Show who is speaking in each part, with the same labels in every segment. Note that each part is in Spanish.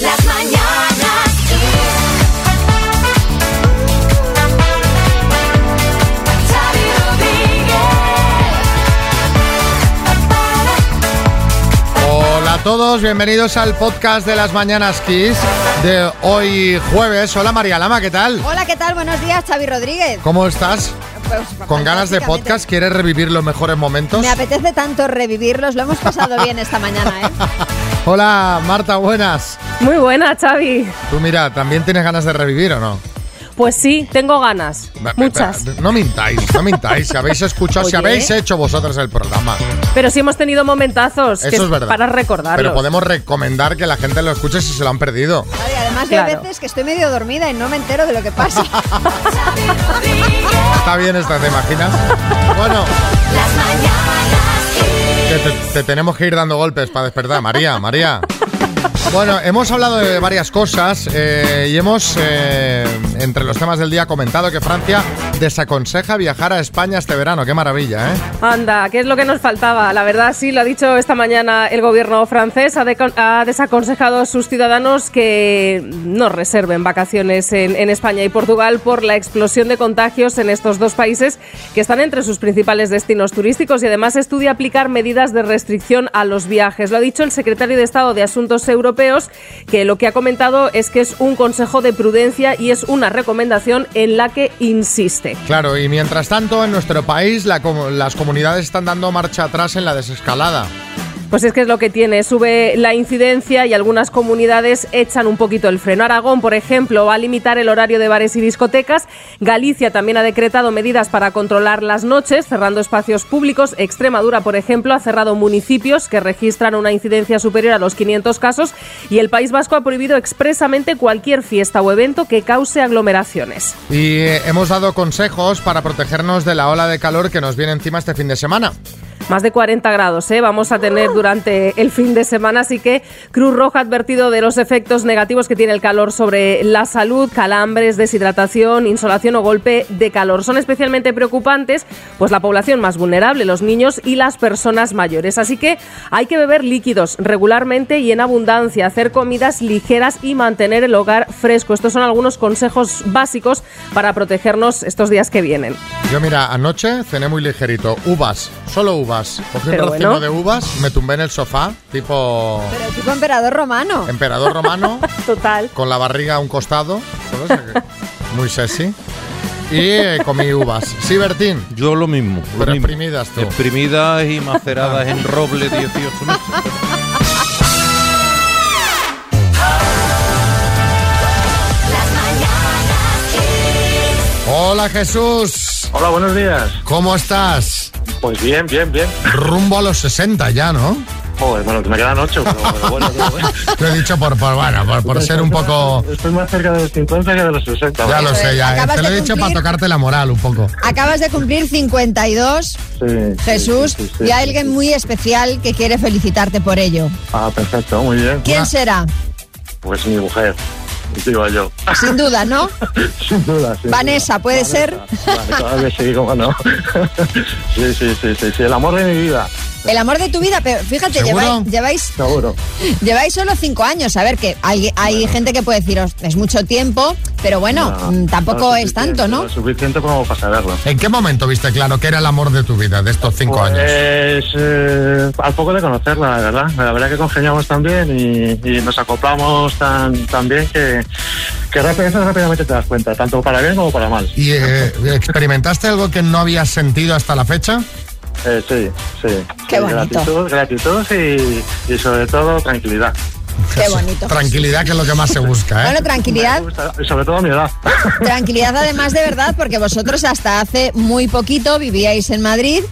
Speaker 1: Las mañanas Kiss. Xavi Rodríguez.
Speaker 2: Hola a todos, bienvenidos al podcast de las Mañanas Kiss de hoy jueves. Hola María Lama, ¿qué tal?
Speaker 3: Hola, ¿qué tal? Buenos días, Xavi Rodríguez.
Speaker 2: ¿Cómo estás?
Speaker 3: Pues,
Speaker 2: ¿Con ganas de
Speaker 3: fantásticamente.
Speaker 2: podcast? ¿Quieres revivir los mejores momentos?
Speaker 3: Me apetece tanto revivirlos, lo hemos pasado bien esta mañana, ¿eh?
Speaker 2: Hola Marta, buenas.
Speaker 4: Muy buena, Xavi.
Speaker 2: Tú mira, ¿también tienes ganas de revivir o no?
Speaker 4: Pues sí, tengo ganas. Muchas.
Speaker 2: No mintáis, no mintáis. Si habéis escuchado, si
Speaker 3: Oye.
Speaker 2: habéis hecho vosotros el programa.
Speaker 4: Pero sí hemos tenido momentazos que
Speaker 2: Eso es verdad.
Speaker 4: para recordarlos.
Speaker 2: Pero podemos recomendar que la gente lo escuche si se lo han perdido.
Speaker 3: Ay, además hay
Speaker 4: Claro.
Speaker 3: veces que estoy medio dormida y no me entero de lo que pasa.
Speaker 1: Xavi Rodríguez.
Speaker 2: Está bien esta, ¿te imaginas? Bueno,
Speaker 1: Las mañanas Kiss.
Speaker 2: que te, te tenemos que ir dando golpes para despertar. María, María. Bueno, hemos hablado de varias cosas eh, y hemos, eh, entre los temas del día, comentado que Francia desaconseja viajar a España este verano. Qué maravilla, ¿eh?
Speaker 4: Anda, ¿qué es lo que nos faltaba? La verdad, sí, lo ha dicho esta mañana el gobierno francés. Ha, decon- ha desaconsejado a sus ciudadanos que no reserven vacaciones en, en España y Portugal por la explosión de contagios en estos dos países que están entre sus principales destinos turísticos y además estudia aplicar medidas de restricción a los viajes. Lo ha dicho el secretario de Estado de Asuntos Europeos, que lo que ha comentado es que es un consejo de prudencia y es una recomendación en la que insiste.
Speaker 2: Claro, y mientras tanto, en nuestro país la com- las comunidades están dando marcha atrás en la desescalada.
Speaker 4: Pues es que es lo que tiene, sube la incidencia y algunas comunidades echan un poquito el freno. Aragón, por ejemplo, va a limitar el horario de bares y discotecas. Galicia también ha decretado medidas para controlar las noches, cerrando espacios públicos. Extremadura, por ejemplo, ha cerrado municipios que registran una incidencia superior a los 500 casos y el País Vasco ha prohibido expresamente cualquier fiesta o evento que cause aglomeraciones.
Speaker 2: Y eh, hemos dado consejos para protegernos de la ola de calor que nos viene encima este fin de semana.
Speaker 4: Más de 40 grados ¿eh? vamos a tener durante el fin de semana, así que Cruz Roja ha advertido de los efectos negativos que tiene el calor sobre la salud, calambres, deshidratación, insolación o golpe de calor. Son especialmente preocupantes pues la población más vulnerable, los niños y las personas mayores. Así que hay que beber líquidos regularmente y en abundancia, hacer comidas ligeras y mantener el hogar fresco. Estos son algunos consejos básicos para protegernos estos días que vienen.
Speaker 2: Yo mira, anoche cené muy ligerito, uvas, solo uvas. Cogí
Speaker 4: Pero
Speaker 2: un racimo
Speaker 4: bueno.
Speaker 2: de uvas, me tumbé en el sofá, tipo
Speaker 3: Pero tipo emperador romano.
Speaker 2: emperador romano,
Speaker 4: Total.
Speaker 2: con la barriga a un costado, ¿sabes? muy sexy. Y eh, comí uvas. Sí, Bertín.
Speaker 5: Yo lo mismo. lo
Speaker 2: Pero
Speaker 5: mismo.
Speaker 2: exprimidas tú.
Speaker 5: Exprimidas y maceradas en roble 18 meses.
Speaker 1: Las mañanas Kiss.
Speaker 2: Hola Jesús,
Speaker 6: Hola, buenos días.
Speaker 2: ¿cómo estás?
Speaker 6: Pues bien, bien, bien.
Speaker 2: Rumbo a los 60 ya, ¿no?
Speaker 6: Joder, bueno, que me quedan ocho, pero, pero bueno, pero bueno.
Speaker 2: Te he dicho por, por, bueno, por, por ser un poco...
Speaker 6: Estoy más cerca de los 50 que de los 60.
Speaker 2: Ya
Speaker 6: vaya.
Speaker 2: lo sé, ya. eh.
Speaker 3: Acabas
Speaker 2: Te lo he
Speaker 3: de
Speaker 2: dicho para
Speaker 3: cumplir.
Speaker 2: tocarte la moral un poco.
Speaker 3: Acabas de cumplir 52,
Speaker 6: Sí, sí,
Speaker 3: Jesús,
Speaker 6: sí, sí, sí.
Speaker 3: y hay alguien muy especial que quiere felicitarte por ello.
Speaker 6: Ah, perfecto, muy bien.
Speaker 3: ¿Quién
Speaker 2: Una-
Speaker 3: será?
Speaker 6: Pues mi mujer, digo yo.
Speaker 3: Sin duda, ¿no?
Speaker 6: Sin duda, sin
Speaker 3: Vanessa,
Speaker 6: duda.
Speaker 3: ¿puede
Speaker 6: Vanessa.
Speaker 3: ser?
Speaker 6: Vale, todavía sí, cómo no. sí, sí, sí, sí, sí, el amor de mi vida,
Speaker 3: El amor de tu vida, pero fíjate,
Speaker 2: ¿Seguro?
Speaker 3: lleváis, lleváis
Speaker 6: seguro.
Speaker 3: Lleváis solo cinco años, a ver, que hay, hay gente que puede deciros, es mucho tiempo, pero bueno, mm, tampoco
Speaker 6: no
Speaker 3: es tanto, ¿no?
Speaker 6: suficiente, Suficiente como para saberlo.
Speaker 2: ¿En qué momento viste claro que era el amor de tu vida de estos cinco años?
Speaker 6: Pues eh, al poco de conocerla, la verdad. La verdad que congeniamos tan bien y, y nos acoplamos tan, tan bien que, que rápido- eso rápidamente te das cuenta, tanto para bien como para mal.
Speaker 2: ¿Y eh, experimentaste algo que no habías sentido hasta la fecha?
Speaker 6: Eh, sí, sí.
Speaker 3: Qué
Speaker 6: Sí,
Speaker 3: bonito.
Speaker 6: Gratitud, gratitud y, y sobre todo tranquilidad.
Speaker 3: Qué bonito.
Speaker 2: Tranquilidad, que es lo que más se busca, ¿eh?
Speaker 3: Bueno, tranquilidad,
Speaker 6: Me gusta, y sobre todo mi edad.
Speaker 3: tranquilidad además de verdad, porque vosotros hasta hace muy poquito vivíais en Madrid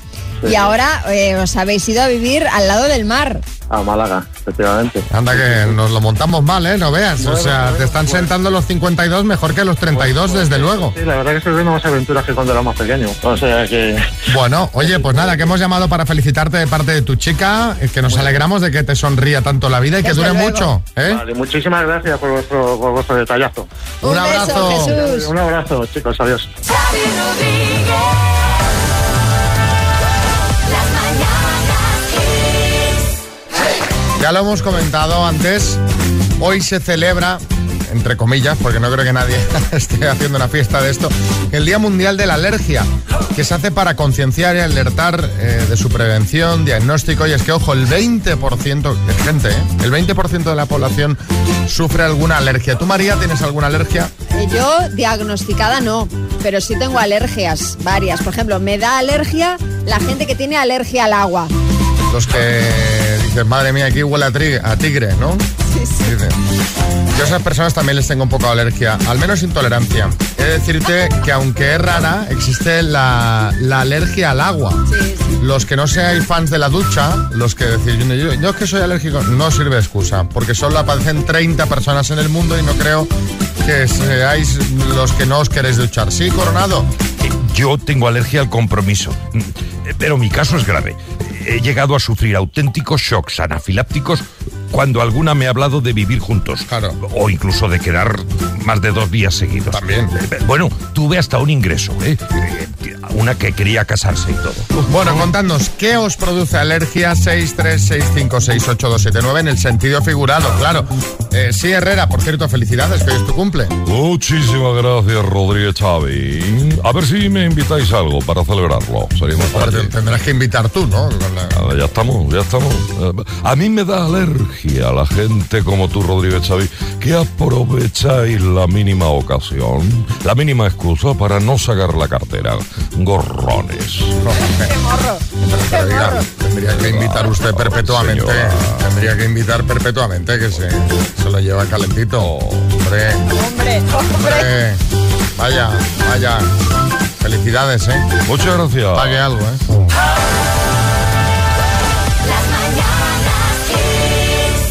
Speaker 3: y
Speaker 6: Sí.
Speaker 3: ahora eh, os habéis ido a vivir al lado del mar.
Speaker 6: A Málaga, efectivamente.
Speaker 2: Anda que nos lo montamos mal, ¿eh? No veas. O
Speaker 6: Bueno,
Speaker 2: sea,
Speaker 6: bueno,
Speaker 2: te están
Speaker 6: bueno.
Speaker 2: sentando los 52 mejor que los 32, desde luego.
Speaker 6: Sí, la verdad que estoy viendo más aventuras que cuando era más pequeño. O sea que...
Speaker 2: ¿Eh? Bueno, oye, pues nada, que hemos llamado para felicitarte de parte de tu chica, eh, que nos alegramos de que te sonría tanto la vida y que
Speaker 3: Desde
Speaker 2: dure
Speaker 3: luego.
Speaker 2: mucho, ¿eh?
Speaker 6: Vale, muchísimas gracias por vuestro, por vuestro detallazo.
Speaker 2: Un abrazo.
Speaker 3: beso, Jesús.
Speaker 6: Un abrazo, chicos. Adiós.
Speaker 1: Xavi Rodríguez. Las mañanas Kiss.
Speaker 2: Ya lo hemos comentado antes, Hoy se celebra, entre comillas, porque no creo que nadie esté haciendo una fiesta de esto, el Día Mundial de la Alergia, que se hace para concienciar y alertar eh, de su prevención, diagnóstico. Y es que, ojo, el 20% de gente, ¿eh? el 20% de la población sufre alguna alergia. ¿Tú, María, tienes alguna alergia?
Speaker 3: Eh, Yo diagnosticada no, pero sí tengo alergias, varias. Por ejemplo, me da alergia la gente que tiene alergia al agua.
Speaker 2: Los que dicen, madre mía, aquí huele a, tri- a tigre, ¿no?
Speaker 3: Sí, sí.
Speaker 2: Dicen. Yo a esas personas también les tengo un poco de alergia, al menos intolerancia. He de decirte que aunque es rara, existe la, la alergia al agua. Los que no seáis fans de la ducha, los que decís, yo, yo- yo es que soy alérgico, no sirve de excusa, porque solo aparecen 30 personas en el mundo y no creo que seáis los que no os queréis duchar. Sí, Coronado.
Speaker 7: Eh, Yo tengo alergia al compromiso, Mm, eh, pero mi caso es grave. He llegado a sufrir auténticos shocks anafilápticos cuando alguna me ha hablado de vivir juntos.
Speaker 2: Claro.
Speaker 7: O incluso de quedar más de dos días seguidos.
Speaker 2: También.
Speaker 7: Eh, Bueno, tuve hasta un ingreso, ¿eh? Eh, Una que quería casarse y todo.
Speaker 2: Bueno, contadnos, ¿qué os produce alergia 636568279 en el sentido figurado? Claro. Eh, sí, Herrera, por cierto, felicidades, que hoy es tu cumple.
Speaker 8: Muchísimas gracias, Rodríguez Chávez. A ver si me invitáis algo para celebrarlo. Sería más
Speaker 2: Hombre, te-
Speaker 8: fácil.
Speaker 2: tendrás que invitar tú, ¿no? Con la-
Speaker 8: Nada, ya estamos, ya estamos. Eh, A mí me da alergia a la gente como tú, Rodríguez Chávez, que aprovecháis la mínima ocasión, la mínima excusa para no sacar la cartera. Gorrones.
Speaker 2: Pero diga, tendría que invitar usted perpetuamente.
Speaker 8: señora.
Speaker 2: Tendría que invitar perpetuamente, que se, se lo lleva calentito. Hombre,
Speaker 3: Hombre,
Speaker 2: hombre. Vaya, vaya. Felicidades, ¿eh?
Speaker 8: Muchas gracias.
Speaker 2: Pague algo, ¿eh?
Speaker 1: las mañanas Kiss.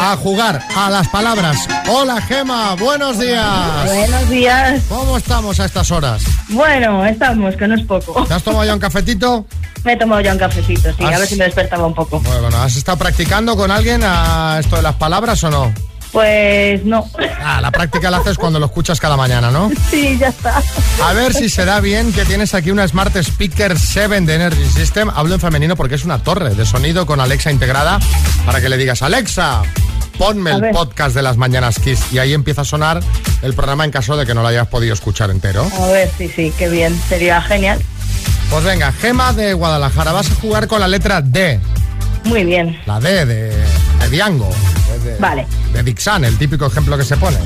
Speaker 2: A jugar a las palabras. Hola, Gema, buenos días.
Speaker 9: Buenos días.
Speaker 2: ¿Cómo estamos a estas horas?
Speaker 9: Bueno, estamos, que no es poco.
Speaker 2: ¿Te has tomado ya un cafetito?
Speaker 9: Me he tomado ya un cafecito, sí,
Speaker 2: Ah,
Speaker 9: a ver
Speaker 2: sí.
Speaker 9: si me despertaba un poco.
Speaker 2: Bueno, bueno, ¿has estado practicando con alguien a esto de las palabras o no?
Speaker 9: Pues no.
Speaker 2: Ah, la práctica la haces cuando lo escuchas cada mañana, ¿no?
Speaker 9: Sí, ya está.
Speaker 2: A ver si se da bien que tienes aquí una Smart Speaker 7 de Energy System. Hablo en femenino porque es una torre de sonido con Alexa integrada para que le digas, Alexa, ponme
Speaker 9: A
Speaker 2: el
Speaker 9: ver.
Speaker 2: podcast de las mañanas Kiss. Y ahí empieza a sonar el programa en caso de que no lo hayas podido escuchar entero.
Speaker 9: A ver, sí, sí, qué bien. Sería genial.
Speaker 2: Pues venga, Gema de Guadalajara, vas a jugar con la letra D.
Speaker 9: Muy bien.
Speaker 2: La D de, de Diango. de-
Speaker 9: Vale.
Speaker 2: De Dixan, el típico ejemplo que se pone.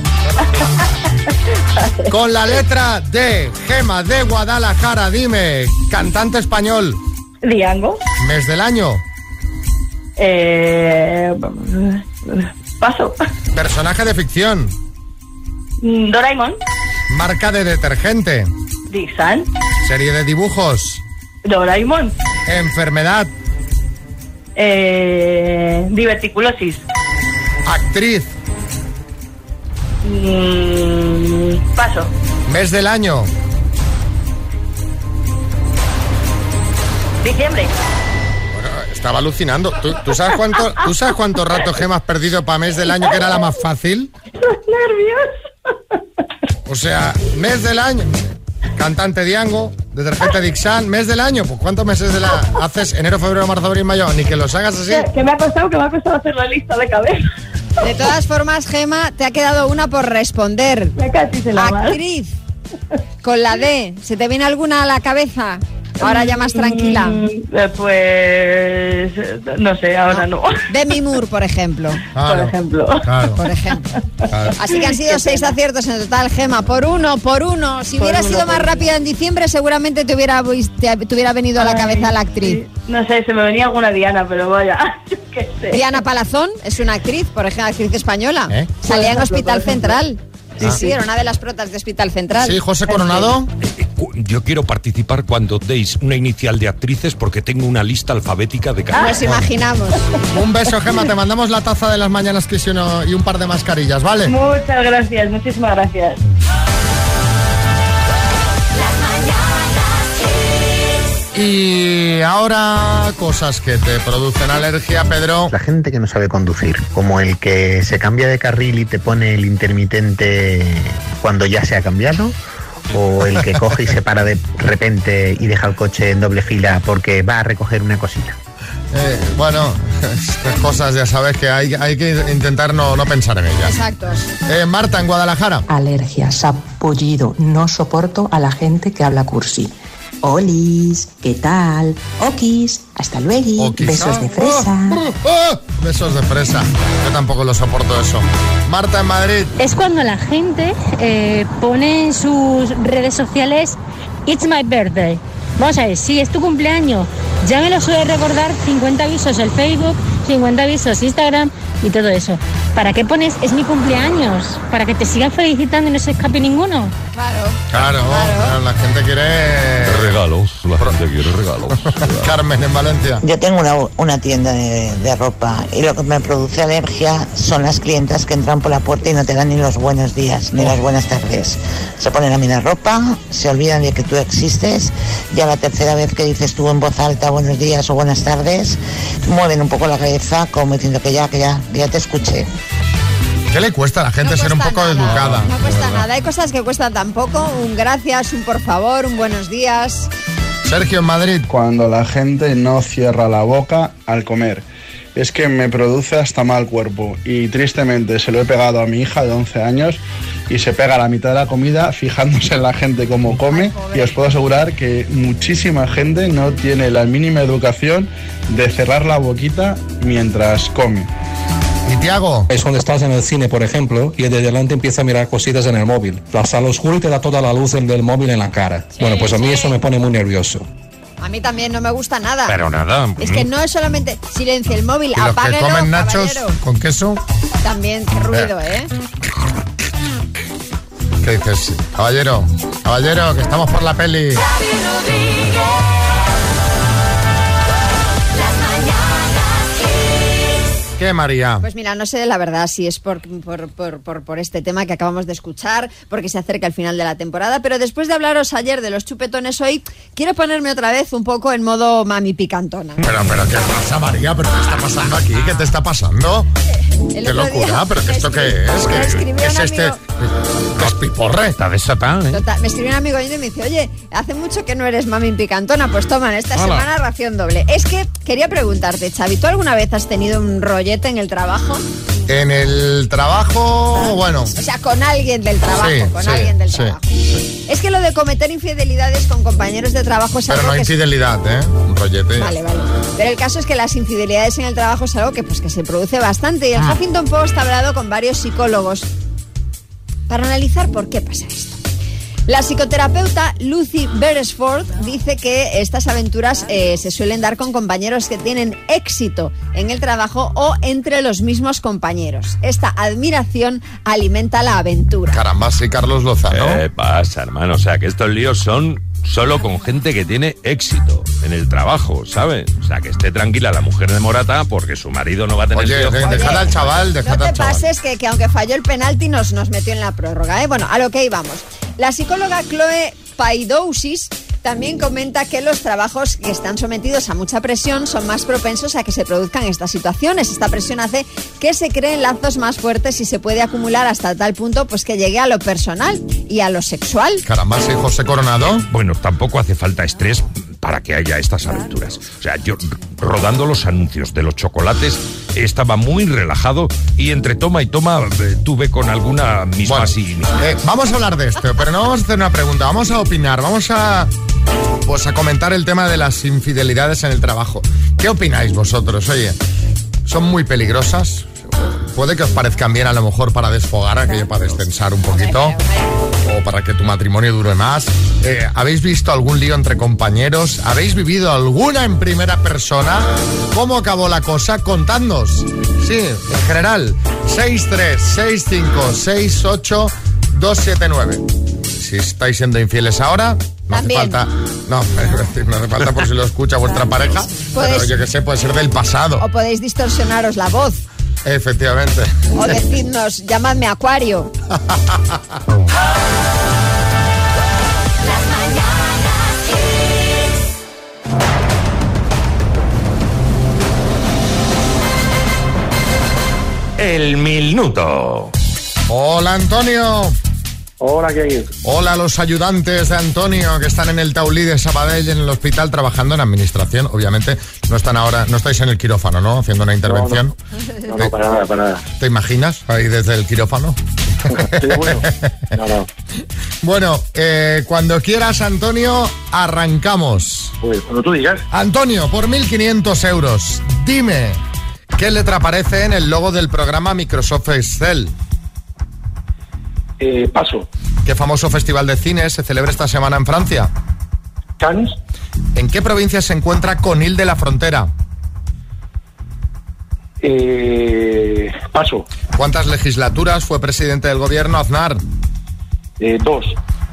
Speaker 2: Con la letra D, Gema de Guadalajara, dime, cantante español,
Speaker 9: Diango.
Speaker 2: mes del año,
Speaker 9: Eh, paso.
Speaker 2: personaje de ficción,
Speaker 9: Mm, Doraemon.
Speaker 2: marca de detergente,
Speaker 9: Dixan.
Speaker 2: serie de dibujos,
Speaker 9: Doraemon.
Speaker 2: enfermedad,
Speaker 9: Eh, diverticulosis.
Speaker 2: actriz,
Speaker 9: Mm, paso.
Speaker 2: mes del año,
Speaker 9: Diciembre.
Speaker 2: Estaba alucinando. ¿Tú, tú sabes cuánto, ¿Tú sabes cuánto rato Gema has perdido para mes del año que era la más fácil? O sea, mes del año. Cantante Diango, detergente Dixan, mes del año. Pues ¿cuántos meses de la haces? Enero, febrero, marzo, abril, mayo. Ni que los hagas así.
Speaker 9: Que me ha costado, que me ha costado hacer la lista de cabeza.
Speaker 3: De todas formas, Gema, te ha quedado una por responder.
Speaker 9: Me casi se la mal.
Speaker 3: Actriz. Con la D. ¿Se te viene alguna a la cabeza? Ahora ya más tranquila.
Speaker 9: Mm, eh, Pues eh, no sé, ahora no.
Speaker 3: Demi Moore, por ejemplo.
Speaker 9: Por
Speaker 2: Claro,
Speaker 9: ejemplo.
Speaker 2: claro.
Speaker 3: Por ejemplo.
Speaker 2: claro.
Speaker 3: Así que han sido seis aciertos en total, Gema. Por uno, por uno. Si
Speaker 9: Por
Speaker 3: hubiera
Speaker 9: uno,
Speaker 3: sido
Speaker 9: por
Speaker 3: más
Speaker 9: uno.
Speaker 3: rápida en diciembre, seguramente te hubiera, vuis- te, te hubiera venido a la cabeza la actriz.
Speaker 9: Sí, No sé, se me venía alguna Diana, pero vaya, yo qué sé.
Speaker 3: Diana Palazón es una actriz, por ejemplo, actriz española.
Speaker 2: ¿Eh?
Speaker 3: Salía en
Speaker 9: Por ejemplo,
Speaker 3: Hospital
Speaker 9: por ejemplo.
Speaker 3: Central. Sí,
Speaker 9: Ah.
Speaker 3: sí, era una de las protas de Hospital Central.
Speaker 2: Sí, José Coronado.
Speaker 7: Eh, eh, cu- Yo quiero participar cuando deis una inicial de actrices porque tengo una lista alfabética de cada
Speaker 2: Ah.
Speaker 3: Nos imaginamos.
Speaker 2: Un beso, Gema. Te mandamos la taza de las mañanas que y un par de mascarillas, ¿vale?
Speaker 9: Muchas gracias, muchísimas gracias.
Speaker 1: las mañanas Kiss.
Speaker 2: Y ahora, cosas que te producen alergia, Pedro.
Speaker 10: La gente que no sabe conducir, como el que se cambia de carril y te pone el intermitente cuando ya se ha cambiado, o el que coge y se para de repente y deja el coche en doble fila porque va a recoger una cosita.
Speaker 2: Eh, bueno, estas cosas ya sabes que hay, hay que intentar no, no pensar en ellas.
Speaker 3: Exactos.
Speaker 2: Eh, Marta, en Guadalajara.
Speaker 11: Alergias, apollido, no soporto a la gente que habla cursi. Olis, ¿qué tal? Okis, hasta luego.
Speaker 2: Okis.
Speaker 11: Besos de fresa.
Speaker 2: ¡Ah! Besos de fresa. Yo tampoco lo soporto eso. Marta, en Madrid.
Speaker 12: Es cuando la gente eh, pone en sus redes sociales It's my birthday. Vamos a ver, si es tu cumpleaños, ya me lo suele recordar 50 avisos el Facebook, 50 avisos Instagram y todo eso. ¿Para qué pones es mi cumpleaños? Para que te sigan felicitando y no se escape ninguno.
Speaker 3: Claro.
Speaker 2: Claro, claro, la gente quiere...
Speaker 8: Regalos, la gente quiere regalos.
Speaker 2: Carmen, en Valencia.
Speaker 13: Yo tengo una, una tienda de, de ropa y lo que me produce alergia son las clientas que entran por la puerta y no te dan ni los buenos días ni las buenas tardes. Se ponen a mirar ropa, se olvidan de que tú existes, ya la tercera vez que dices tú en voz alta buenos días o buenas tardes, mueven un poco la cabeza como diciendo que ya, que ya, que ya te escuché.
Speaker 2: ¿Qué le cuesta a la gente ser un poco educada?
Speaker 3: No cuesta nada, hay cosas que cuestan tampoco. Un gracias, un por favor, un buenos días.
Speaker 2: Sergio en Madrid.
Speaker 14: Cuando la gente no cierra la boca al comer. Es que me produce hasta mal cuerpo y tristemente se lo he pegado a mi hija de 11 años y se pega la mitad de la comida fijándose en la gente cómo come y os puedo asegurar que muchísima gente no tiene la mínima educación de cerrar la boquita mientras come.
Speaker 2: ¿Y Tiago?
Speaker 7: Eh,
Speaker 15: Es cuando estás en el cine, por ejemplo, y desde delante empieza a mirar cositas en el móvil. La sala oscura y te da toda la luz del, del móvil en la cara. bueno, pues a mí eso me pone muy nervioso.
Speaker 3: A mí también no me gusta nada.
Speaker 7: Pero nada. mm,
Speaker 3: Es que no es solamente silencio el móvil,
Speaker 2: mm. Y los que
Speaker 3: apáguelo,
Speaker 2: comen nachos
Speaker 3: caballero.
Speaker 2: con queso,
Speaker 3: También qué ruido, ¿eh?
Speaker 2: ¿qué dices? Caballero, caballero, que estamos por la peli. ¿Qué, María?
Speaker 3: Pues mira, no sé la verdad si es por, por, por, por, por este tema que acabamos de escuchar, porque se acerca el final de la temporada, pero después de hablaros ayer de los chupetones hoy, quiero ponerme otra vez un poco en modo mami picantona.
Speaker 2: Pero, pero, ¿qué pasa, María? ¿Pero qué está pasando aquí? ¿Qué te está pasando?
Speaker 3: El
Speaker 2: ¡Qué
Speaker 3: otro
Speaker 2: locura!
Speaker 3: día
Speaker 2: ¿Pero qué
Speaker 3: me
Speaker 2: esto qué
Speaker 3: escri-
Speaker 2: es?
Speaker 3: me
Speaker 2: ¿Qué,
Speaker 3: escribió
Speaker 2: qué es
Speaker 3: un
Speaker 2: este?
Speaker 3: amigo-
Speaker 2: ¿Qué es piporre?
Speaker 7: Está desatada, ¿eh?
Speaker 3: Total, me escribió un amigo y me dice, oye, hace mucho que no eres mami picantona, pues toma, esta
Speaker 7: Hola.
Speaker 3: semana ración doble. Es que quería preguntarte, Xavi, ¿tú alguna vez has tenido un rollete en el trabajo?
Speaker 2: En el trabajo, bueno.
Speaker 3: O sea, con alguien del trabajo,
Speaker 2: Sí,
Speaker 3: con
Speaker 2: sí,
Speaker 3: alguien del
Speaker 2: sí.
Speaker 3: trabajo. Es que lo de cometer infidelidades con compañeros de trabajo es
Speaker 2: Pero
Speaker 3: algo
Speaker 2: no
Speaker 3: que es-
Speaker 2: infidelidad, ¿eh? Un rollete.
Speaker 3: Vale, vale. Pero el caso es que las infidelidades en el trabajo es algo que, pues, que se produce bastante. Y el
Speaker 2: Ah.
Speaker 3: Huffington Post ha hablado con varios psicólogos para analizar por qué pasa esto. La psicoterapeuta Lucy Beresford dice que estas aventuras eh, se suelen dar con compañeros que tienen éxito en el trabajo o entre los mismos compañeros. Esta admiración alimenta la aventura.
Speaker 2: Caramba, sí, Carlos Lozano.
Speaker 7: ¿Qué pasa, hermano? O sea, que estos líos son solo con gente que tiene éxito en el trabajo, ¿sabes? O sea, que esté tranquila la mujer de Morata porque su marido no va a tener
Speaker 2: Oye,
Speaker 7: líos
Speaker 2: de-
Speaker 7: con-
Speaker 2: dejad al chaval,
Speaker 3: No
Speaker 2: dejad
Speaker 3: te
Speaker 2: al chaval.
Speaker 3: pases que, que aunque falló el penalti nos, nos metió en la prórroga. ¿eh? Bueno, a lo que íbamos. La psicóloga Chloe Paidousis también comenta que los trabajos que están sometidos a mucha presión son más propensos a que se produzcan estas situaciones. Esta presión hace que se creen lazos más fuertes y se puede acumular hasta tal punto pues que llegue a lo personal y a lo sexual.
Speaker 2: Caramba, sí, José Coronado.
Speaker 7: Bueno, tampoco hace falta estrés para que haya estas aventuras. O sea, yo r- rodando los anuncios de los chocolates estaba muy relajado y entre toma y toma eh, tuve con alguna misma
Speaker 2: Bueno,
Speaker 7: sí misma.
Speaker 2: eh, vamos a hablar de esto, pero no vamos a hacer una pregunta, vamos a opinar, vamos a pues a comentar el tema de las infidelidades en el trabajo. ¿Qué opináis vosotros? Oye, son muy peligrosas. Puede que os parezcan bien a lo mejor para desfogar aquello, para descensar un poquito o para que tu matrimonio dure más. Eh, ¿Habéis visto algún lío entre compañeros? ¿Habéis vivido alguna en primera persona? ¿Cómo acabó la cosa? Contadnos. Sí, en general. 636568279. Si estáis siendo infieles ahora, no hace
Speaker 3: También.
Speaker 2: falta. No, pero es decir, no hace falta por si lo escucha vuestra pareja. Pero
Speaker 3: Puedes-
Speaker 2: yo que sé, puede ser del pasado.
Speaker 3: O podéis distorsionaros la voz.
Speaker 2: Efectivamente.
Speaker 3: O decidnos, llamadme Acuario.
Speaker 7: El minuto.
Speaker 2: Hola Antonio.
Speaker 6: Hola, ¿qué hay?
Speaker 2: Hola a los ayudantes de Antonio que están en el Taulí de Sabadell en el hospital trabajando en administración. Obviamente no están ahora, no estáis en el quirófano, ¿no? Haciendo una intervención.
Speaker 6: No, no, para nada, para nada.
Speaker 2: ¿Te imaginas ahí desde el quirófano?
Speaker 6: bueno. No, no.
Speaker 2: Bueno, eh, cuando quieras, Antonio, arrancamos.
Speaker 6: Pues cuando tú digas.
Speaker 2: Antonio, por 1.500 euros, dime, ¿qué letra aparece en el logo del programa Microsoft Excel?
Speaker 6: Eh, paso.
Speaker 2: ¿Qué famoso festival de cine se celebra esta semana en Francia?
Speaker 6: Cannes,
Speaker 2: ¿En qué provincia se encuentra Conil de la Frontera?
Speaker 6: eh, paso.
Speaker 2: ¿Cuántas legislaturas fue presidente del gobierno Aznar?
Speaker 6: Eh, dos.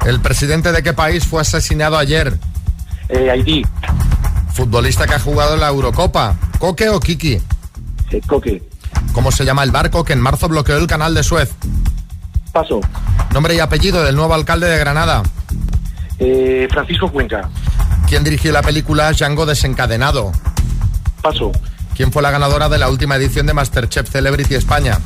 Speaker 2: ¿El presidente de qué país fue asesinado ayer?
Speaker 6: Eh, Haití,
Speaker 2: Futbolista que ha jugado en la Eurocopa. ¿Coque o Kiki?
Speaker 6: eh, Coque,
Speaker 2: ¿Cómo se llama el barco que en marzo bloqueó el canal de Suez?
Speaker 6: paso.
Speaker 2: Nombre y apellido del nuevo alcalde de Granada.
Speaker 6: Eh, Francisco Cuenca,
Speaker 2: ¿Quién dirigió la película Django desencadenado?
Speaker 6: paso.
Speaker 2: ¿Quién fue la ganadora de la última edición de Masterchef Celebrity España?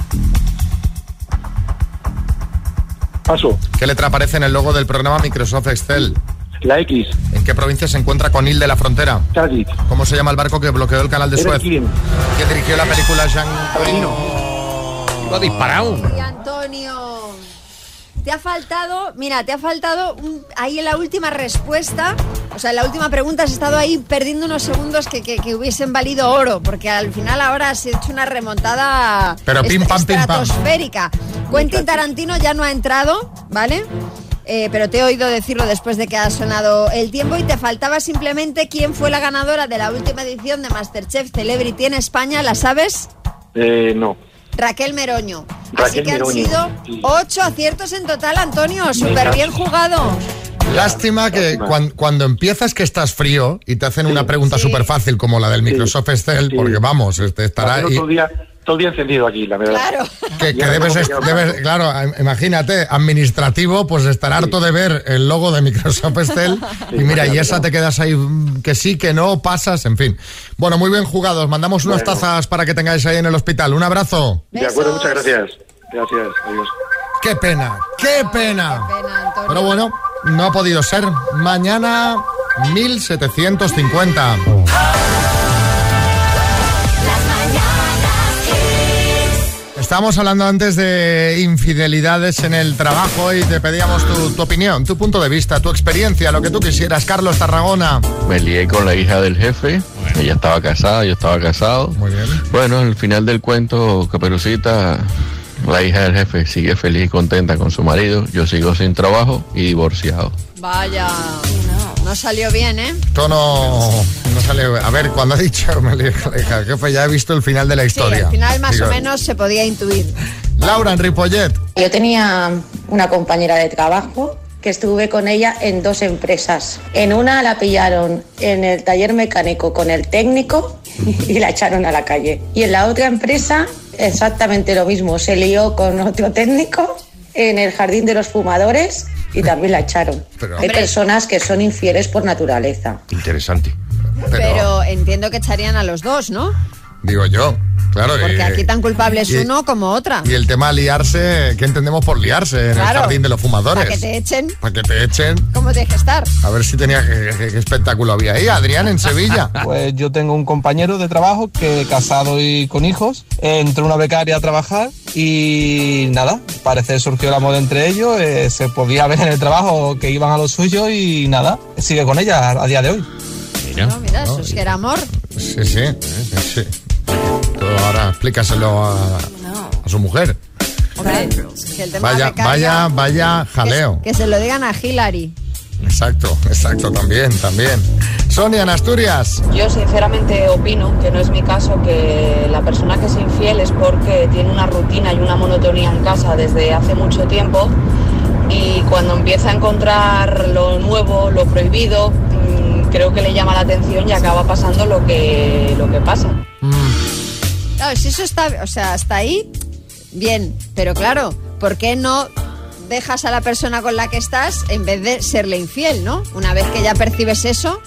Speaker 6: Paso.
Speaker 2: ¿Qué letra aparece en el logo del programa Microsoft Excel?
Speaker 6: La X,
Speaker 2: ¿En qué provincia se encuentra Conil de la Frontera?
Speaker 6: Cádiz.
Speaker 2: ¿Cómo se llama el barco que bloqueó el canal de
Speaker 6: Era
Speaker 2: Suez?
Speaker 6: Kirin.
Speaker 2: ¿Quién dirigió la película Django?
Speaker 5: Iba disparado.
Speaker 3: Y Antonio, te ha faltado, mira, te ha faltado un- ahí en la última respuesta, o sea, en la última pregunta has estado ahí perdiendo unos segundos que, que- que hubiesen valido oro, porque al final ahora has hecho una remontada
Speaker 2: Pero pim,
Speaker 3: est-
Speaker 2: pam, pim, pam.
Speaker 3: estratosférica. Quentin Tarantino ya no ha entrado, ¿vale? Eh, pero te he oído decirlo después de que ha sonado el tiempo y te faltaba simplemente quién fue la ganadora de la última edición de Masterchef Celebrity en España, ¿la sabes?
Speaker 6: Eh, no.
Speaker 3: Raquel Meroño. Así
Speaker 6: Raquel
Speaker 3: que han
Speaker 6: Meroño.
Speaker 3: sido ocho aciertos en total, Antonio. Súper bien jugado.
Speaker 2: Lástima que cuan- cuando empiezas que estás frío y te hacen una pregunta súper fácil como la del Microsoft Excel, porque vamos, este estará...
Speaker 6: Hacerlo
Speaker 2: y-
Speaker 6: todo, el día, todo el día encendido aquí, la verdad.
Speaker 2: que, que
Speaker 6: Ya
Speaker 2: debes,
Speaker 6: tengo
Speaker 2: est-
Speaker 6: pillado.
Speaker 2: debes- claro, a- imagínate, administrativo, pues estar harto de ver el logo de Microsoft Excel y mira, y
Speaker 6: imagínate,
Speaker 2: esa te quedas ahí mm, que sí, que no, pasas, en fin. Bueno, muy bien jugados, mandamos unas
Speaker 6: Bueno.
Speaker 2: tazas para que tengáis ahí en el hospital. Un abrazo.
Speaker 6: De acuerdo, muchas gracias. Gracias, adiós.
Speaker 2: Qué pena, qué pena. Pero bueno, no ha podido ser. Mañana 1750. Estábamos hablando antes de infidelidades en el trabajo y te pedíamos tu, tu opinión, tu punto de vista, tu experiencia, lo que tú quisieras, Carlos Tarragona.
Speaker 16: Me lié con la hija del jefe. Ella estaba casada, yo estaba casado. Bueno, al final del cuento, Caperucita, la hija del jefe sigue feliz y contenta con su marido. Yo sigo sin trabajo y divorciado.
Speaker 3: Vaya. No salió bien, ¿eh?
Speaker 2: Esto no, no sale. A ver, cuando ha dicho, me lié con la hija del jefe, ya he visto el final de la
Speaker 3: Sí,
Speaker 2: historia.
Speaker 3: al final más
Speaker 2: Digo,
Speaker 3: o menos se podía intuir.
Speaker 2: Laura Enripollet.
Speaker 17: Yo tenía una compañera de trabajo que estuve con ella en dos empresas. En una la pillaron en el taller mecánico con el técnico y la echaron a la calle. Y en la otra empresa exactamente lo mismo, se lió con otro técnico en el jardín de los fumadores y también la echaron.
Speaker 7: Pero-
Speaker 17: Hay personas que son infieles por naturaleza.
Speaker 7: Interesante.
Speaker 3: Pero... entiendo que echarían a los dos, ¿no?
Speaker 2: Digo yo, claro.
Speaker 3: Porque
Speaker 2: eh,
Speaker 3: aquí tan culpable es
Speaker 2: y-
Speaker 3: uno como otra.
Speaker 2: Y el tema liarse, ¿qué entendemos por liarse en el
Speaker 3: Claro.
Speaker 2: jardín de los fumadores?
Speaker 3: Para que te echen,
Speaker 2: Para que te echen.
Speaker 3: ¿cómo tienes que estar?
Speaker 2: A ver si tenía qué, qué- qué espectáculo había ahí. Adrián en Sevilla.
Speaker 15: Pues yo tengo un compañero de trabajo que casado y con hijos, entró una becaria a trabajar y nada, parece surgió el amor entre ellos, eh, se podía ver en el trabajo que iban a lo suyo y nada, sigue con ella a, a día de hoy.
Speaker 3: No, mira, eso es que era amor.
Speaker 2: Sí, sí, eh, sí, sí. Tú ahora explícaselo a, a su mujer.
Speaker 3: Hombre, que el tema
Speaker 2: Vaya,
Speaker 3: de Carla-
Speaker 2: vaya, vaya jaleo.
Speaker 3: Que se lo digan a Hillary.
Speaker 2: Exacto, exacto, también, también. Sonia en Asturias.
Speaker 18: Yo sinceramente opino, que no es mi caso, que la persona que es infiel es porque tiene una rutina y una monotonía en casa desde hace mucho tiempo y cuando empieza a encontrar lo nuevo, lo prohibido, mm, creo que le llama la atención y acaba pasando lo que, lo que pasa.
Speaker 3: Claro, si eso está, o sea, hasta ahí, bien, pero claro, ¿por qué no dejas a la persona con la que estás en vez de serle infiel, ¿no? Una vez que ya percibes eso,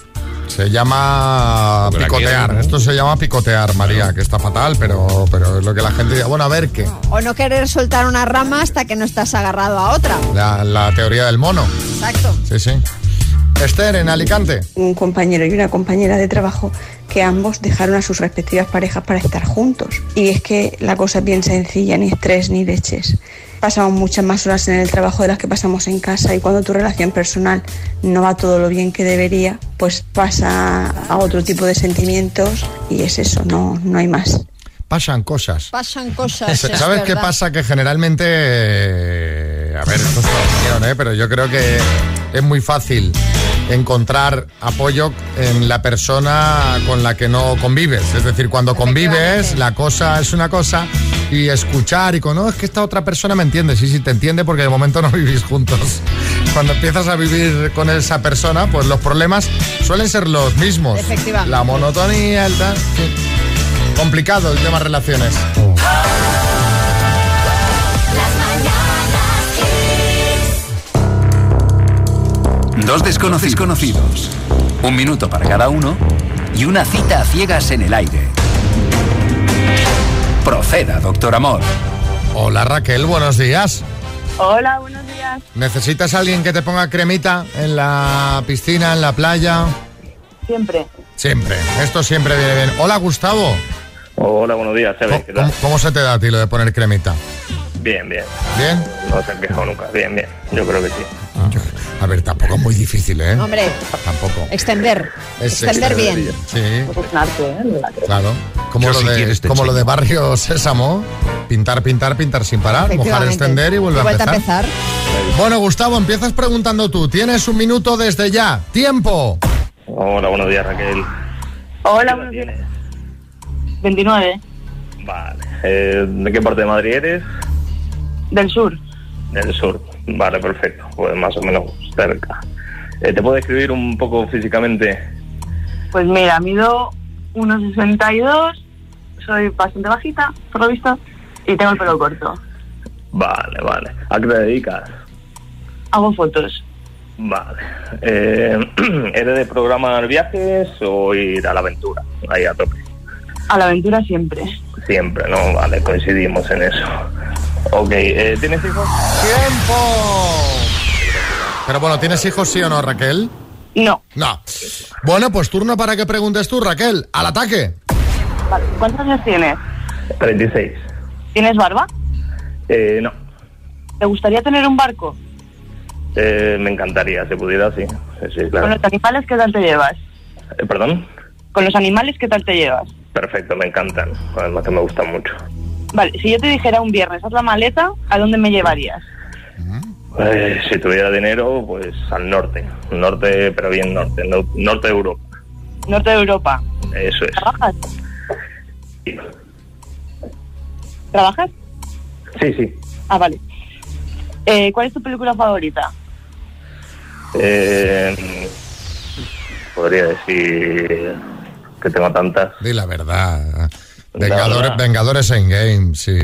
Speaker 2: Se llama
Speaker 19: Porque la
Speaker 2: picotear.
Speaker 19: quieren, ¿no?
Speaker 2: Esto se llama picotear, María, que está fatal, pero, pero es lo que la gente dice. Bueno, a ver qué.
Speaker 3: O no querer soltar una rama hasta que no estás agarrado a otra.
Speaker 2: La, la teoría del mono.
Speaker 3: Exacto.
Speaker 2: Sí, sí. Esther, en Alicante.
Speaker 20: Un compañero y una compañera de trabajo que ambos dejaron a sus respectivas parejas para estar juntos. Y es que la cosa es bien sencilla, ni estrés ni leches. Pasamos muchas más horas en el trabajo de las que pasamos en casa y cuando tu relación personal no va todo lo bien que debería, pues pasa a otro tipo de sentimientos y es eso, no, no hay más.
Speaker 2: Pasan cosas.
Speaker 3: Pasan cosas.
Speaker 2: Se-
Speaker 3: es
Speaker 2: ¿Sabes qué
Speaker 3: verdad.
Speaker 2: pasa? Que generalmente. eh, A ver, esto es una opinión, ¿eh? pero yo creo que es muy fácil encontrar apoyo en la persona con la que no convives. Es decir, cuando convives, la cosa es una cosa y escuchar y con, no, es que esta otra persona me entiende. Sí, sí, te entiende porque de momento no vivís juntos. Cuando empiezas a vivir con esa persona, pues los problemas suelen ser los mismos.
Speaker 3: Efectivamente.
Speaker 2: La monotonía, el tal. sí. Complicado el tema relaciones.
Speaker 7: Dos desconocidos conocidos. Un minuto para cada uno y una cita a ciegas en el aire. Proceda, doctor Amor.
Speaker 2: Hola Raquel, buenos días.
Speaker 9: Hola, buenos días.
Speaker 2: ¿Necesitas a alguien que te ponga cremita en la piscina, en la playa?
Speaker 9: Siempre.
Speaker 2: Siempre, esto siempre viene bien. Hola Gustavo,
Speaker 6: Hola, buenos días, Seven. ¿Qué tal?
Speaker 2: Oh, ¿cómo, cómo se te da a ti lo de poner cremita?
Speaker 6: Bien, bien.
Speaker 2: ¿Bien?
Speaker 6: No te has quejado nunca. Bien, bien. Yo creo que sí.
Speaker 2: A ver, tampoco es muy difícil, ¿eh?
Speaker 3: Hombre,
Speaker 2: Tampoco.
Speaker 3: extender.
Speaker 2: Es
Speaker 3: extender bien.
Speaker 2: Sí,
Speaker 9: ¿eh?
Speaker 2: claro. Como,
Speaker 19: Yo,
Speaker 2: lo,
Speaker 19: si
Speaker 2: de,
Speaker 19: quieres, te
Speaker 2: como lo
Speaker 19: enseño.
Speaker 2: de Barrio Sésamo, pintar, pintar, pintar sin parar, mojar,
Speaker 3: Efectivamente.
Speaker 2: extender y volver a
Speaker 3: Vuelta
Speaker 2: empezar. Bueno, Gustavo, empiezas preguntando tú. Tienes un minuto desde ya. ¡Tiempo!
Speaker 6: Hola, buenos días, Raquel.
Speaker 9: Hola, buenos días. 29,
Speaker 6: Vale. Eh, ¿De qué parte de Madrid eres?
Speaker 9: del sur.
Speaker 6: Del sur. Vale, perfecto. Pues más o menos cerca. Eh, ¿Te puedo describir un poco físicamente?
Speaker 9: Pues mira, mido 1,62, soy bastante bajita, por lo visto, y tengo el pelo corto.
Speaker 6: Vale, vale. ¿A qué te dedicas?
Speaker 9: Hago fotos.
Speaker 6: Vale. Eh, ¿Eres de programar viajes o ir a la aventura? Ahí a tope.
Speaker 9: A la aventura siempre.
Speaker 6: Siempre, ¿no? Vale, coincidimos en eso. Ok, eh, ¿tienes hijos?
Speaker 2: ¡Tiempo! Pero bueno, ¿tienes hijos sí o no, Raquel?
Speaker 9: No.
Speaker 2: No. Bueno, pues turno para que preguntes tú, Raquel. ¡Al ataque!
Speaker 9: Vale, ¿Cuántos años tienes?
Speaker 6: 36.
Speaker 9: ¿Tienes barba?
Speaker 6: Eh, no,
Speaker 9: ¿Te gustaría tener un barco?
Speaker 6: eh, me encantaría, si pudiera, sí. Sí, sí,
Speaker 9: ¿Con
Speaker 6: claro.
Speaker 9: los animales qué tal te llevas?
Speaker 6: Eh, ¿Perdón?
Speaker 9: ¿Con los animales qué tal te llevas?
Speaker 6: Perfecto, me encantan. Además que me gustan mucho.
Speaker 9: Vale, si yo te dijera un viernes, haz la maleta, ¿a dónde me llevarías?
Speaker 6: Eh, si tuviera dinero, pues al norte. Norte, pero bien norte. no- norte de Europa.
Speaker 9: Norte de Europa.
Speaker 6: Eso es.
Speaker 9: ¿Trabajas? ¿Trabajas?
Speaker 6: Sí, sí.
Speaker 9: Ah, vale. Eh, ¿Cuál es tu película favorita?
Speaker 6: Eh, podría decir que tengo tantas.
Speaker 2: Di la verdad.
Speaker 6: La
Speaker 2: Vengadores,
Speaker 6: verdad.
Speaker 2: Vengadores en Game, sí.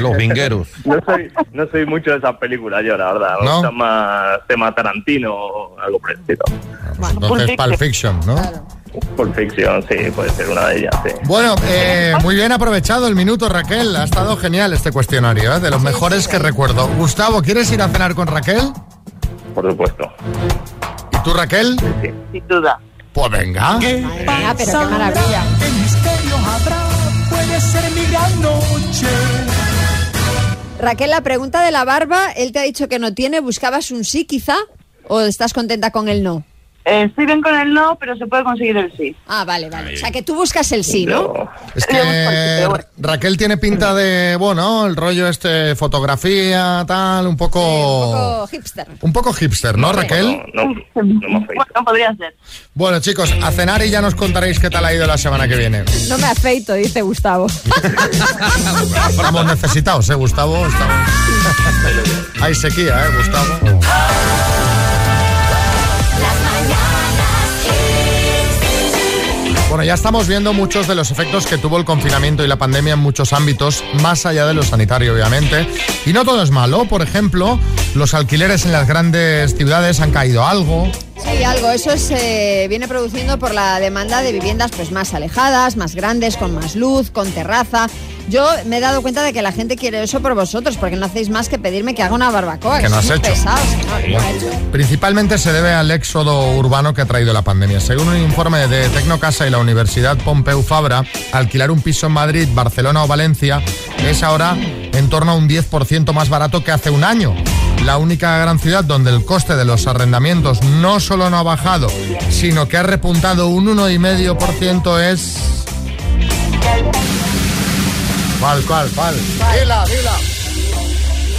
Speaker 6: Los vingueros. No soy, no soy mucho de esas películas yo, la verdad. Me
Speaker 2: ¿No?
Speaker 6: gusta más tema Tarantino o algo por el estilo.
Speaker 2: Entonces, Pulp Fiction, ¿no?
Speaker 6: Pulp Fiction, sí, puede ser una de ellas, sí.
Speaker 2: Bueno, eh, muy bien aprovechado el minuto, Raquel. Ha estado genial este cuestionario, ¿eh? de los mejores que recuerdo. Gustavo, ¿quieres ir a cenar con Raquel?
Speaker 6: Por supuesto.
Speaker 2: ¿Y tú, Raquel?
Speaker 9: Sin duda.
Speaker 2: Pues venga.
Speaker 3: Ah, pero qué maravilla.
Speaker 21: ¿Qué misterio habrá? Puede ser mi gran noche.
Speaker 3: Raquel, la pregunta de la barba, él te ha dicho que no tiene, ¿buscabas un sí quizá? ¿O estás contenta con el no?
Speaker 9: Eh, estoy bien con el no, pero se puede conseguir el sí.
Speaker 3: Ah, vale, vale. O sea, que tú buscas el sí, ¿no?
Speaker 2: Es que Raquel tiene pinta de, bueno, el rollo este, fotografía, tal, un poco...
Speaker 3: hipster.
Speaker 2: Un poco hipster, ¿no, Raquel?
Speaker 9: Bueno, podría ser.
Speaker 2: Bueno, chicos, a cenar y ya nos contaréis qué tal ha ido la semana que viene.
Speaker 3: No me afeito, dice Gustavo.
Speaker 2: Estamos necesitados, ¿eh, Gustavo? Estamos- Hay sequía, ¿eh, Gustavo? Bueno, ya estamos viendo muchos de los efectos que tuvo el confinamiento y la pandemia en muchos ámbitos, más allá de lo sanitario, obviamente. Y no todo es malo. Por ejemplo, los alquileres en las grandes ciudades han caído algo.
Speaker 3: Sí, algo. Eso se viene produciendo por la demanda de viviendas pues más alejadas, más grandes, con más luz, con terraza. Yo me he dado cuenta de que la gente quiere eso por vosotros, porque no hacéis más que pedirme que haga una barbacoa.
Speaker 2: Que no has
Speaker 3: sois
Speaker 2: hecho.
Speaker 3: pesados, que no, que no he hecho.
Speaker 2: Principalmente se debe al éxodo urbano que ha traído la pandemia. Según un informe de Tecnocasa y la Universidad Pompeu Fabra, alquilar un piso en Madrid, Barcelona o Valencia es ahora en torno a un 10% más barato que hace un año. La única gran ciudad donde el coste de los arrendamientos no solo no ha bajado, sino que ha repuntado un 1,5% es... ¿Cuál, cuál, cuál? Dila, dila.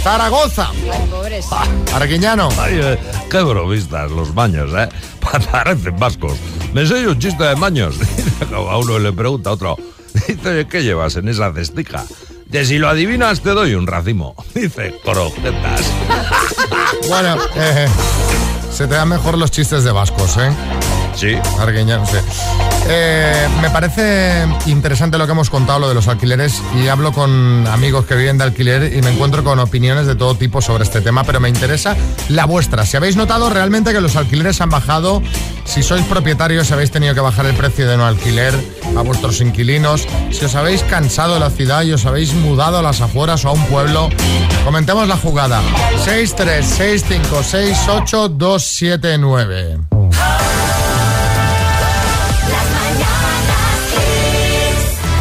Speaker 2: Zaragoza.
Speaker 3: Ay, pobres.
Speaker 2: Ah. Arguiñano.
Speaker 7: Ay, eh, qué bromistas los maños, ¿eh? Parecen vascos. Me sé un chiste de maños. A uno le pregunta a otro. Dice, ¿qué llevas en esa cestija? De si lo adivinas, te doy un racimo. Dice, croquetas.
Speaker 2: Bueno, eh, se te dan mejor los chistes de vascos, ¿eh?
Speaker 7: Sí.
Speaker 2: Arguiñano, sí. Eh, me parece interesante lo que hemos contado, lo de los alquileres, y hablo con amigos que viven de alquiler y me encuentro con opiniones de todo tipo sobre este tema, pero me interesa la vuestra. Si habéis notado realmente que los alquileres han bajado, si sois propietarios, si habéis tenido que bajar el precio de no alquiler a vuestros inquilinos, si os habéis cansado de la ciudad y os habéis mudado a las afueras o a un pueblo, comentemos la jugada. 636568279.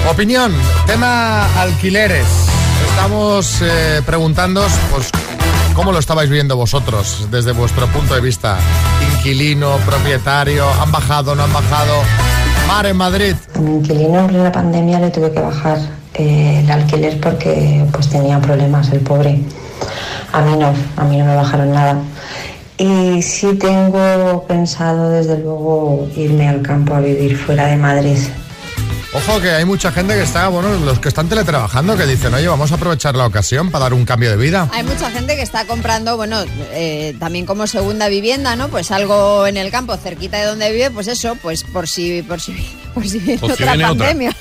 Speaker 2: Opinión, tema alquileres. Estamos eh, preguntándoos pues, cómo lo estabais viendo vosotros desde vuestro punto de vista. Inquilino, propietario, ¿han bajado, no han bajado? Mar en Madrid.
Speaker 4: A mi inquilino en plena pandemia le tuve que bajar eh, el alquiler porque pues tenía problemas el pobre. A mí no, a mí no me bajaron nada. Y sí tengo pensado desde luego irme al campo a vivir fuera de Madrid.
Speaker 2: Ojo que hay mucha gente que está, bueno, los que están teletrabajando que dicen, oye, vamos a aprovechar la ocasión para dar un cambio de vida.
Speaker 3: Hay mucha gente que está comprando, bueno, eh, también como segunda vivienda, ¿no? Pues algo en el campo, cerquita de donde vive, pues eso, pues por si, por si, por si viene
Speaker 2: Por Pues si
Speaker 3: otra
Speaker 2: viene otra.
Speaker 3: pandemia.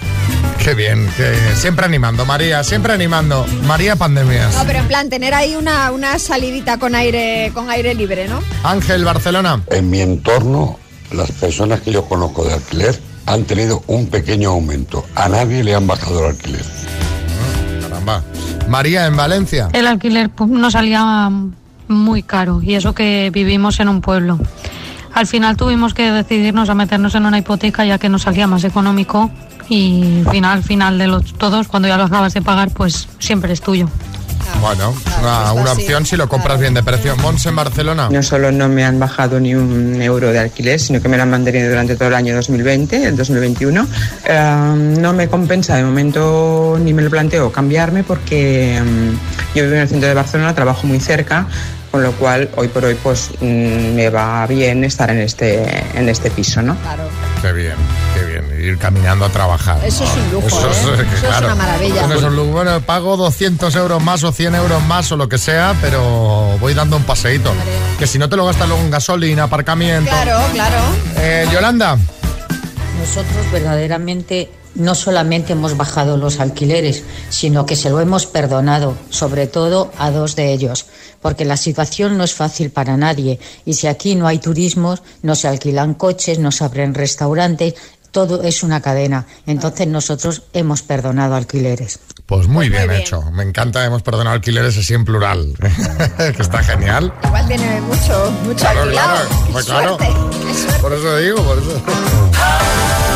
Speaker 2: Qué bien, que siempre animando, María, siempre animando. María Pandemias.
Speaker 3: No, pero en plan, tener ahí una, una salidita con aire, con aire libre, ¿no?
Speaker 2: Ángel Barcelona.
Speaker 22: En mi entorno, las personas que yo conozco de alquiler han tenido un pequeño aumento. A nadie le han bajado el alquiler.
Speaker 2: Caramba. María en Valencia.
Speaker 23: El alquiler pues, nos salía muy caro y eso que vivimos en un pueblo. Al final tuvimos que decidirnos a meternos en una hipoteca ya que nos salía más económico y final, final de los todos, cuando ya los acabas de pagar, pues siempre es tuyo.
Speaker 2: Bueno, una, una opción si lo compras bien de precio. Mons en Barcelona.
Speaker 24: No solo no me han bajado ni un euro de alquiler, sino que me lo han mantenido durante todo el año 2020, el 2021. Eh, no me compensa de momento ni me lo planteo cambiarme porque mm, yo vivo en el centro de Barcelona, trabajo muy cerca, con lo cual hoy por hoy pues mm, me va bien estar en este, en este piso, ¿no?
Speaker 2: Qué bien, qué bien. Ir caminando a trabajar.
Speaker 3: Eso es un lujo, ¿eh? Eso es una maravilla.
Speaker 2: Eso es un lujo. Bueno, pago 200 euros más o 100 euros más o lo que sea, pero voy dando un paseíto. Que si no te lo gastas luego en gasolina, aparcamiento.
Speaker 3: Claro, claro.
Speaker 2: Eh, Yolanda.
Speaker 25: Nosotros verdaderamente no solamente hemos bajado los alquileres, sino que se lo hemos perdonado, sobre todo a dos de ellos, porque la situación no es fácil para nadie y si aquí no hay turismo, no se alquilan coches, no se abren restaurantes, todo es una cadena. Entonces nosotros hemos perdonado alquileres.
Speaker 2: Pues muy bien hecho. Me encanta, hemos perdonado alquileres así en plural. que está genial.
Speaker 3: Igual tiene mucho, mucho
Speaker 2: Claro,
Speaker 3: alquilado.
Speaker 2: claro,
Speaker 3: Qué
Speaker 2: pues claro.
Speaker 3: suerte.
Speaker 2: Por eso digo, por eso.